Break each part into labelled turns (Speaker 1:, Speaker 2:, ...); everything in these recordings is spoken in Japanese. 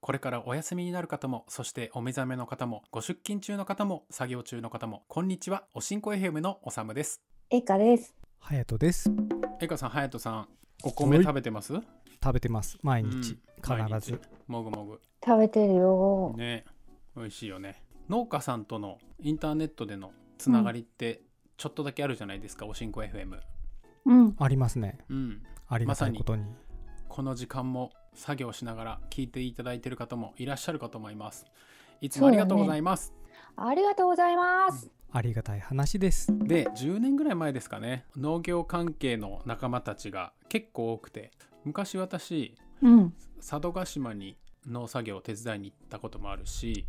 Speaker 1: これからお休みになる方も、そしてお目覚めの方も、ご出勤中の方も、作業中の方も、こんにちは。おしんこ FM のおさむです。
Speaker 2: えかです。
Speaker 3: ハヤトです。
Speaker 1: えかさん、はやとさん、お米
Speaker 3: はい
Speaker 1: 食べてます
Speaker 3: 食べてます。毎日、
Speaker 1: うん毎
Speaker 3: 必ず
Speaker 1: 日。もぐもぐ。
Speaker 2: 食べてるよ。
Speaker 1: ね美味しいよね農家さんとのインターネットでのつながりってちょっとだけあるじゃないですか、おしんこ FM、
Speaker 2: うん。
Speaker 3: ありますね。
Speaker 1: うん、
Speaker 3: ありがたいことに。
Speaker 1: この時間も作業しながら聞いていただいている方もいらっしゃるかと思いますいつもありがとうございます、
Speaker 2: ありがとうございます。
Speaker 3: ありがたい話です。
Speaker 1: で10年ぐらい前ですかね農業関係の仲間たちが結構多くて昔私
Speaker 2: うん。
Speaker 1: 佐渡島に農作業を手伝いに行ったこともあるし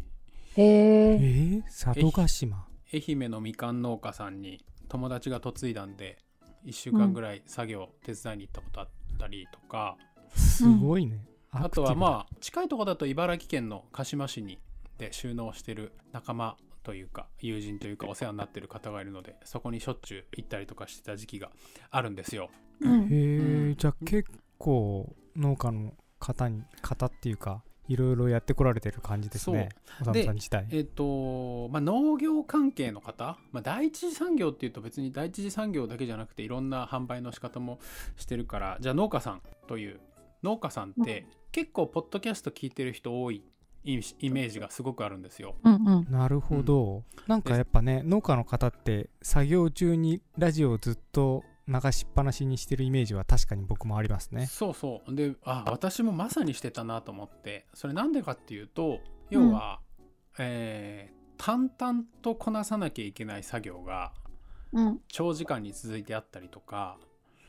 Speaker 2: へ
Speaker 3: え
Speaker 2: え。
Speaker 3: ー、佐渡島。
Speaker 1: 愛媛のみかん農家さんに友達が嫁いだんで1週間ぐらい作業手伝いに行ったことあったりとか、
Speaker 3: すごいね。
Speaker 1: あとはまあ近いとこだと茨城県の鹿島市にで収納してる仲間というか友人というかお世話になってる方がいるのでそこにしょっちゅう行ったりとかしてた時期があるんですよ。
Speaker 2: う
Speaker 3: あ。
Speaker 2: ん。
Speaker 3: へ
Speaker 1: うん
Speaker 3: え、じゃあ結構農家の方に、方っていうか、いろいろやってこられてる感じですね。おさむさん自体。
Speaker 1: えっ、と、まあ、農業関係の方、まあ、第一次産業っていうと別に第一次産業だけじゃなくていろんな販売の仕方もしてるからじゃあ農家さんという農家さんって結構ポッドキャスト聞いてる人多いイイメージがすごくあるんですよ。
Speaker 2: うんうん。
Speaker 3: なるほど。なんかやっぱね、農家の方って作業中にラジオをずっと流しっぱなしにしてるイメージは確かに僕もありますね。
Speaker 1: そうそうであ私もまさにしてたなと思ってそれなんでかっていうと要は、えー淡々とこなさなきゃいけない作業が
Speaker 2: うん。
Speaker 1: 長時間に続いてあったりとか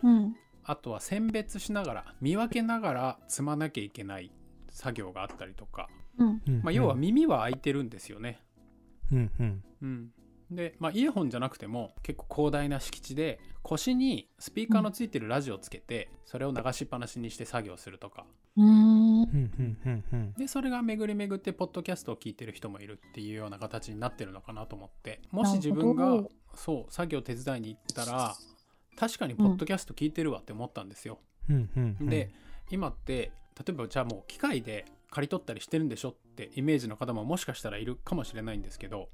Speaker 2: うん。
Speaker 1: あとは選別しながら見分けながら積まなきゃいけない作業があったりとか、
Speaker 2: うん。
Speaker 3: うん
Speaker 1: まあ、要は、耳は開いてるんですよね。
Speaker 3: うんうん。
Speaker 1: うん、で、まあ、イヤホンじゃなくても結構広大な敷地で腰にスピーカーのついてるラジオをつけてそれを流しっぱなしにして作業するとか
Speaker 2: うん。
Speaker 3: うんうんうんうん。
Speaker 1: でそれが巡り巡ってポッドキャストを聞いてる人もいるっていうような形になってるのかなと思ってもし自分
Speaker 2: なる
Speaker 1: が
Speaker 2: ほど
Speaker 1: そう作業手伝いに行ったら確かにポッドキャスト聞いてるわって思ったんですよ。
Speaker 3: うんうんうん
Speaker 1: で、今って例えばじゃあもう機械で刈り取ったりしてるんでしょってイメージの方ももしかしたらいるかもしれないんですけど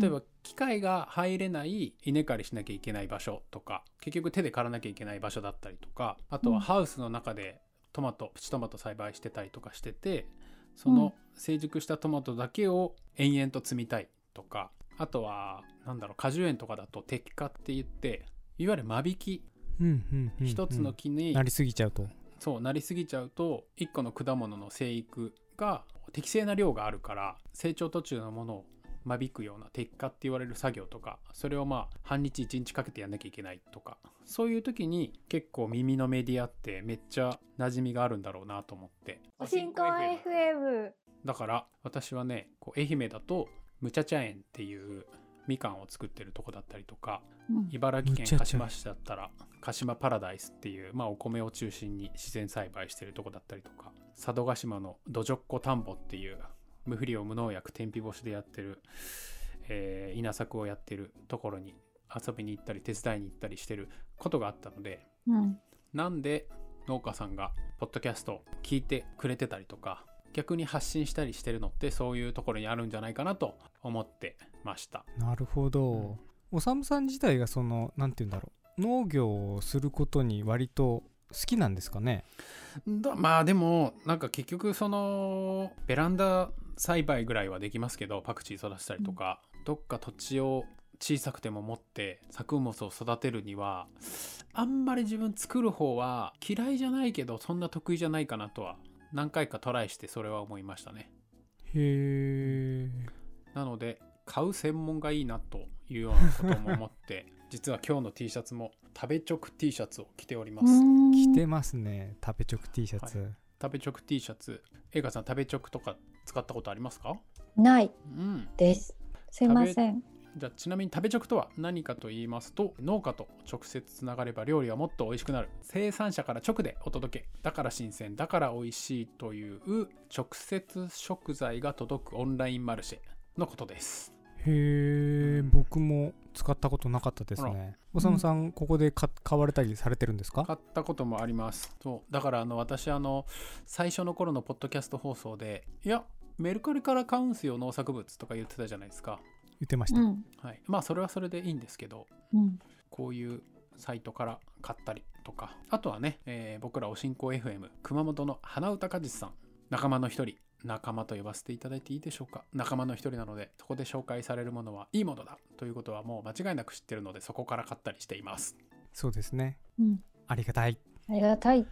Speaker 1: 例えば機械が入れない稲刈りしなきゃいけない場所とか結局手で刈らなきゃいけない場所だったりとかあと
Speaker 2: うん
Speaker 1: はハウスの中でトマトプチトマト栽培してたりとかしててそ
Speaker 2: うん
Speaker 1: の成熟したトマトだけを延々と積みたいとかあとはなんだろう果樹園とかだと摘果って言っていわゆる間引き
Speaker 3: うんうんうんうん
Speaker 1: 一つの木に
Speaker 3: なりすぎちゃうと。
Speaker 1: そうなりすぎちゃうと1個の果物の生育が適正な量があるから成長途中のものを間引くような摘果って言われる作業とかそれをまあ半日1日かけてやんなきゃいけないとかそういう時に結構耳のメディアってめっちゃ馴染みがあるんだろうなと思って
Speaker 2: お新婚 FM。
Speaker 1: だから私はねこう愛媛だとむちゃちゃ園っていうみかんを作ってるとこだったりとか
Speaker 2: うん
Speaker 1: 茨城
Speaker 3: むち
Speaker 1: 県
Speaker 3: ゃ
Speaker 1: 鹿
Speaker 3: ちゃ
Speaker 1: 島市だったら鹿島パラダイスっていう、まあ、お米を中心に自然栽培してるとこだったりとか佐渡島のどじょっこ田んぼっていう無肥料無農薬天日干しでやってる、えー稲作をやってるところに遊びに行ったり手伝いに行ったりしてることがあったので
Speaker 2: うん。
Speaker 1: なんで農家さんがポッドキャストを聞いてくれてたりとか逆に発信したりしてるのってそういうところにあるんじゃないかなと思ってました。
Speaker 3: なるほ
Speaker 1: うん
Speaker 3: ど。おさむさん自体がそのなんて言うんだろう農業をすることに割と好きなんですかね。
Speaker 1: だまあでもなんか結局そのベランダ栽培ぐらいはできますけどパクチー育てたりとか、どっか土地を小さくても持って作物を育てるにはあんまり自分作る方は嫌いじゃないけどそんな得意じゃないかなとは何回かトライしてそれは思いましたね
Speaker 3: へえ。
Speaker 1: なので買う専門がいいなというようなことも思って 実は今日の T シャツも食べ直 T シャツを着ております、
Speaker 3: 着てますね食べ直 T シャツ。
Speaker 1: 食べ直 T シャツ映画さん食べ直とか使ったことありますか
Speaker 2: ない
Speaker 1: うん、
Speaker 2: です。すいません。
Speaker 1: じゃあちなみに食べ直とは何かと言いますと農家と直接つながれば料理はもっと美味しくなる生産者から直でお届けだから新鮮だから美味しいという直接食材が届くオンラインマルシェのことです
Speaker 3: へえ、
Speaker 1: うん
Speaker 3: 僕も使ったことなかったです
Speaker 1: あ
Speaker 3: ね。おさむさん、ここで買買われたりされてるんですか
Speaker 1: 買ったこともありますそうだからあの私あの最初の頃のポッドキャスト放送でいやメルカリから買うんすよ農作物とか言ってたじゃないですか、
Speaker 3: 言ってまし
Speaker 2: う
Speaker 3: た。
Speaker 2: ん
Speaker 1: はい、まあそれはそれでいいんですけど
Speaker 2: うん
Speaker 1: こういうサイトから買ったりとかあとはね、えー僕らおしんこ FM 熊本の花歌果実さん仲間の一人仲間と呼ばせていただいていいでしょうか仲間の一人なのでそこで紹介されるものはいいものだということはもう間違いなく知ってるのでそこから買ったりしています
Speaker 3: そうですね。
Speaker 2: うん
Speaker 3: ありがたい。
Speaker 2: ありがたい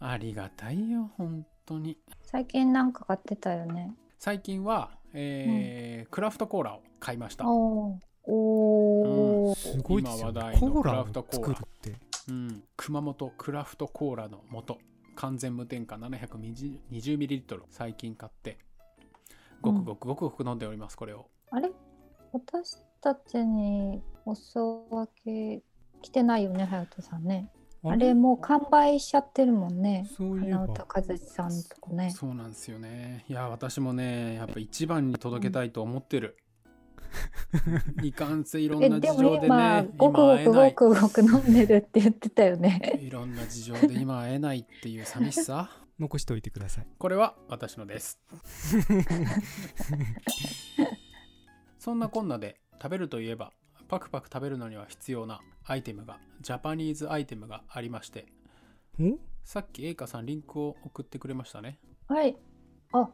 Speaker 1: ありがたいよ本当に
Speaker 2: 最近なんか買ってたよね
Speaker 1: 最近は、えークラフトコーラを買いました、
Speaker 2: おーおー
Speaker 3: すごいですよ、
Speaker 1: 今話
Speaker 3: ね。
Speaker 1: 題
Speaker 3: コ
Speaker 1: の
Speaker 3: ー
Speaker 1: クラ
Speaker 3: ラを
Speaker 1: フトコー
Speaker 3: 作
Speaker 1: ラ
Speaker 3: るって。
Speaker 1: うん、熊本クラフトコーラの素完全無添加 720ml 最近買ってごくごくごくごく飲んでおりますこれを
Speaker 2: あれ私たちにお裾分け来てないよね隼人さんねあれもう完売しちゃってるもんね
Speaker 3: そういえ
Speaker 2: 花
Speaker 3: ば
Speaker 2: 歌和志さんのとこね
Speaker 1: そうなんですよねいや私もねやっぱ一番に届けたいと思って る、いかんせいろん
Speaker 2: え
Speaker 1: な
Speaker 2: で
Speaker 1: 事
Speaker 2: も
Speaker 1: 情で
Speaker 2: 今
Speaker 1: ね
Speaker 2: ごくご
Speaker 1: 会え
Speaker 2: く
Speaker 1: な
Speaker 2: ご
Speaker 1: い
Speaker 2: くごく飲んでるって言ってたよ ね
Speaker 1: いろんな事情で今会えないっていう寂しさ
Speaker 3: 残しておいてください。
Speaker 1: これは私の ですそんなこんなで食べるといえばパクパク食べるのには必要なアイテムがジャパニーズアイテムがありまして
Speaker 3: お
Speaker 1: さっきエイカさんリンクを送ってくれましたね
Speaker 2: はいあ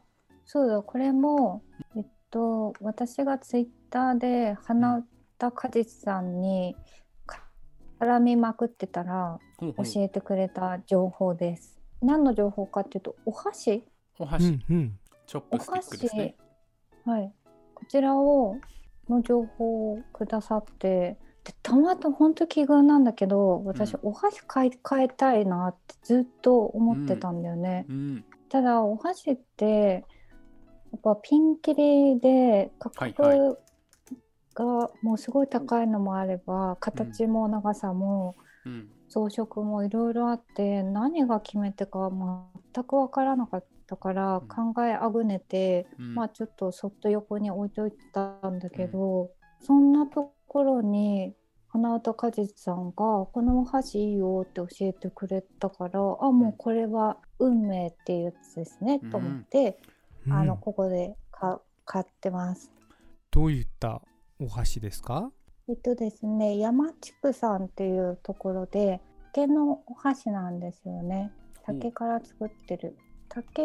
Speaker 2: そうだこれもえっと私がツイッターで花歌果実さんに絡みまくってたら
Speaker 1: ほうほう
Speaker 2: 教えてくれた情報です、何の情報かっていうとお箸
Speaker 1: お
Speaker 3: う
Speaker 1: 箸、
Speaker 3: んうん。
Speaker 1: チョッ
Speaker 2: お
Speaker 1: プスティ
Speaker 2: 菓
Speaker 1: ック
Speaker 2: 子
Speaker 1: ですね
Speaker 2: はいこちらをの情報をくださってでたまたま本当奇遇なんだけど私、
Speaker 1: うん
Speaker 2: お箸買い替えたいなってずっと思ってたんだよね、
Speaker 1: うん
Speaker 2: ただお箸ってやっぱピンキリで価格
Speaker 1: はい
Speaker 2: がもうすごい高いのもあれば形も長さも
Speaker 1: うん
Speaker 2: 装飾もいろいろあって何が決め手か全く分からなかったから
Speaker 1: うん
Speaker 2: 考えあぐねて、
Speaker 1: うん
Speaker 2: まあちょっとそっと横に置いといたんだけど、そんなところに花歌果実さんが「このお箸いいよ」って教えてくれたから「あもうこれは運命っていうやつですね」
Speaker 1: うん
Speaker 2: と思って、
Speaker 3: うん
Speaker 2: あのここでか買ってます。
Speaker 3: どういったお箸ですか
Speaker 2: えっとですね山畜さんっていうところで竹のお箸なんですよね。竹から作ってる。竹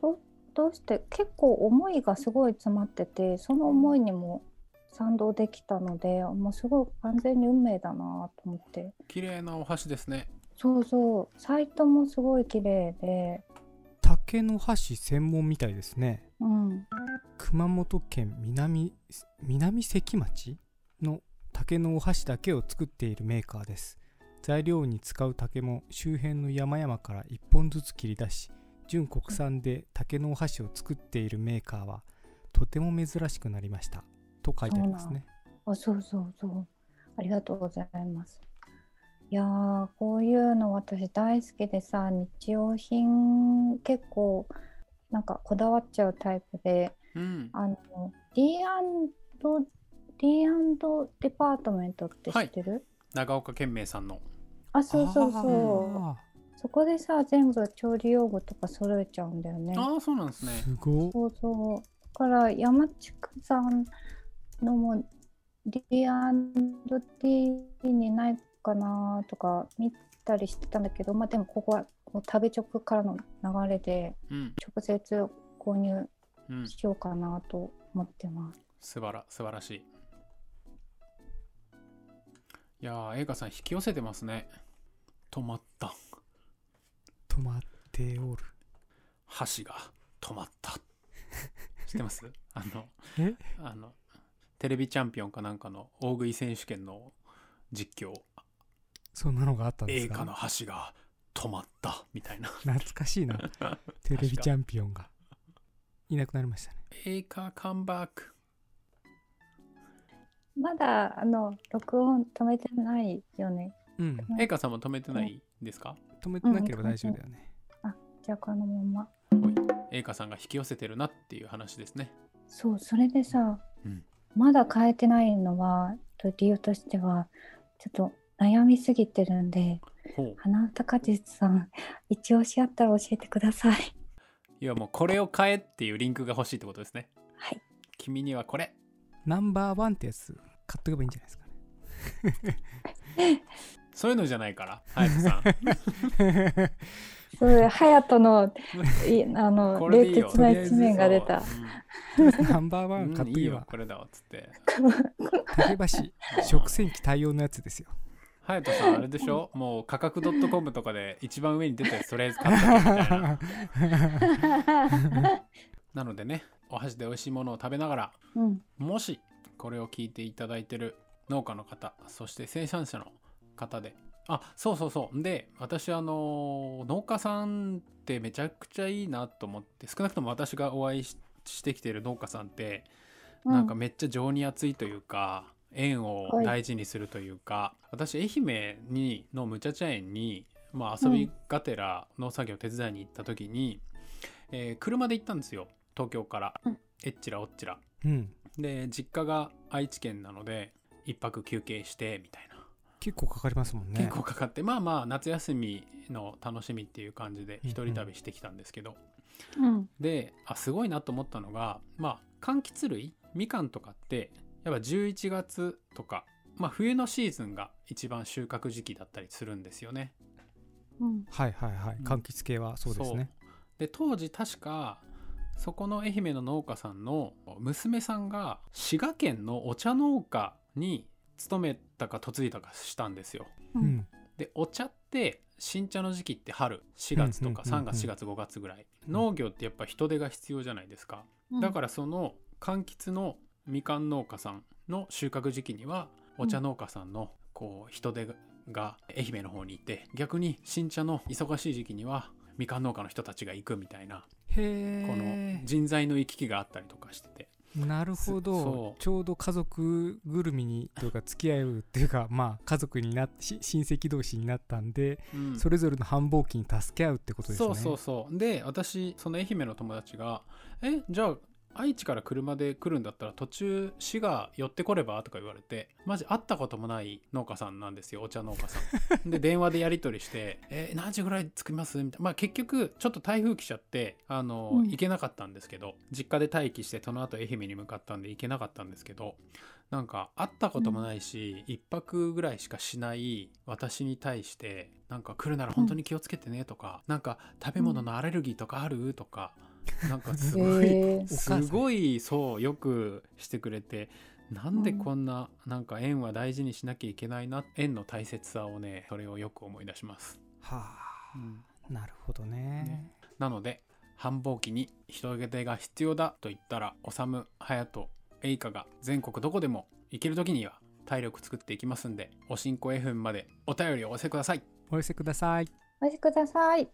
Speaker 2: どどうして結構思いがすごい詰まっててその思いにも賛同できたのでもうすごい完全に運命だなと思って
Speaker 1: 綺麗なお箸ですね
Speaker 2: そうそうサイトもすごい綺麗で
Speaker 3: 竹の箸専門みたいですね。
Speaker 2: うん
Speaker 3: 熊本県南南関町の竹のお箸だけを作っているメーカーです材料に使う竹も周辺の山々から1本ずつ切り出し純国産で竹のお箸を作っているメーカーはとても珍しくなりましたと書いてありますね
Speaker 2: あそうそうそうありがとうございますいやーこういうの私大好きでさ日用品結構なんかこだわっちゃうタイプで
Speaker 1: うん
Speaker 2: あの D& D& デパートメントって知ってる、
Speaker 1: 長岡健明さんの
Speaker 2: あそうそうそ
Speaker 3: あ
Speaker 2: うそこでさ全部調理用具とか揃えちゃうんだよね
Speaker 1: ああそうなんです
Speaker 3: ー
Speaker 1: ね
Speaker 3: すごっ
Speaker 2: そうそうだから山地区さんのも D&D にないかなとか見たりしてたんだけどまあでもここはこう食べ直からの流れで
Speaker 1: うん
Speaker 2: 直接購入
Speaker 1: うん
Speaker 2: しようかなと思ってます、
Speaker 1: 素晴ら素晴らしいいやーエイカさん引き寄せてますね止まった
Speaker 3: 止まっておる
Speaker 1: 箸が止まった 知ってますあの
Speaker 3: え
Speaker 1: あのテレビチャンピオンかなんかの大食い選手権の実況
Speaker 3: そんなのがあったんで
Speaker 1: 映
Speaker 3: す
Speaker 1: 画の
Speaker 3: か
Speaker 1: 箸が止まったみたいな
Speaker 3: 懐かし いなテレビチャンピオンがいなくなりましたね
Speaker 1: エイカカンバック
Speaker 2: まだあの録音止めてないよね
Speaker 3: うん
Speaker 1: エイカさんも止めてないですか
Speaker 3: 止めてなければ大丈夫だよね、
Speaker 2: じゃあこのまま
Speaker 1: エイカさんが引き寄せてるなっていう話ですね
Speaker 2: そうそれでさ、
Speaker 1: うん
Speaker 2: まだ変えてないのはと理由としてはちょっと悩みすぎてるんで
Speaker 1: ほう
Speaker 2: 花高実さん一押しあったら教えてください
Speaker 1: いやもうこれを買えっていうリンクが欲しいってことですね
Speaker 2: はい
Speaker 1: 君にはこれ
Speaker 3: ナンバーワンってやつ買っとけばいいんじゃないですか
Speaker 1: そういうのじゃないから隼人さん
Speaker 3: ね
Speaker 2: そう隼人のいあ の
Speaker 1: これで
Speaker 2: 冷
Speaker 1: いいよ
Speaker 2: 徹な一面が出た
Speaker 1: そう
Speaker 3: ナンバーワ
Speaker 1: う
Speaker 3: ン
Speaker 1: ん
Speaker 3: 買っ
Speaker 1: うん
Speaker 3: と
Speaker 1: いい
Speaker 3: け
Speaker 1: よ
Speaker 3: ば
Speaker 1: これだわっつって
Speaker 3: 竹橋食洗機対応のやつですよ
Speaker 1: 隼人さんあれでしょもう価格 .com とかで一番上に出たやつとりあえず買ったみたいななのでねお箸で美味しいものを食べながら
Speaker 2: うん
Speaker 1: もしこれを聞いていただいてる農家の方そして生産者の方であそうそうそうで私あの農家さんってめちゃくちゃいいなと思って少なくとも私がお会いししてきてる農家さんってなんかめっちゃ情に熱いというか、縁を大事にするというか、私愛媛にのむちゃちゃ園に、まあ、遊びがてら農作業手伝いに行った時に、えー車で行ったんですよ東京から、
Speaker 2: うん
Speaker 1: えっちらおっちら
Speaker 3: うん
Speaker 1: で実家が愛知県なので一泊休憩してみたいな
Speaker 3: 結構かかりますもんね
Speaker 1: 結構かかってまあまあ夏休みの楽しみっていう感じで
Speaker 3: うん
Speaker 1: 一人旅してきたんですけど、
Speaker 2: うん
Speaker 1: であすごいなと思ったのがまあ柑橘類みかんとかってやっぱ11月とか、まあ、冬のシーズンが一番収穫時期だったりするんですよね。
Speaker 2: うん
Speaker 3: はいはいはい柑橘系はそうですね
Speaker 1: そうで当時確かそこの愛媛の農家さんの娘さんが滋賀県のお茶農家に勤めたか嫁いだかしたんですよ。
Speaker 2: う
Speaker 3: うんん
Speaker 1: でお茶って新茶の時期って春4月とか
Speaker 3: うんうん
Speaker 1: 3
Speaker 3: うんうん
Speaker 1: 月4月5月ぐらい
Speaker 3: うん
Speaker 1: 農業ってやっぱ人手が必要じゃないですかだからその柑橘のみかん農家さんの収穫時期にはお茶農家さんのこう人手が愛媛の方にいて逆に新茶の忙しい時期にはみかん農家の人たちが行くみたいなこの
Speaker 3: へ
Speaker 1: 人材の行き来があったりとかしてて
Speaker 3: えなるほ
Speaker 1: そ
Speaker 3: ど
Speaker 1: う
Speaker 3: ちょうど家族ぐるみにというか付き合うっていうかまあ家族になってし親戚同士になったんで
Speaker 1: うん
Speaker 3: それぞれの繁忙期に助け合うってことですね
Speaker 1: そうそうそうで私その愛媛の友達が「えじゃあ愛知から車で来るんだったら途中市が寄ってこれば?」とか言われてマジ会ったこともない農家さんなんですよお茶農家さ ん。で電話でやり取りして「え何時ぐらい着きます?」みたいなまあ結局ちょっと台風来ちゃってあの、
Speaker 2: うん
Speaker 1: 行けなかったんですけど実家で待機してその後愛媛に向かったんで行けなかったんですけどなんか会ったこともないし、一泊ぐらいしかしない私に対してなんか来るなら本当に気をつけてねとか、なんか食べ物のアレルギーとかあるとかなんかすごい、
Speaker 2: へー
Speaker 3: お母さん
Speaker 1: すごいそうよくしてくれてなんでこんな、なんか縁は大事にしなきゃいけないな縁の大切さをねそれをよく思い出します。
Speaker 3: は
Speaker 1: う
Speaker 3: あ
Speaker 1: ん
Speaker 3: なるほどね
Speaker 1: ねなので繁忙期に人手が必要だと言ったら修隼人栄華が全国どこでも行ける時には体力作っていきますんでおしんこ F までお便りをお寄せください
Speaker 3: お寄せください
Speaker 2: お待ちください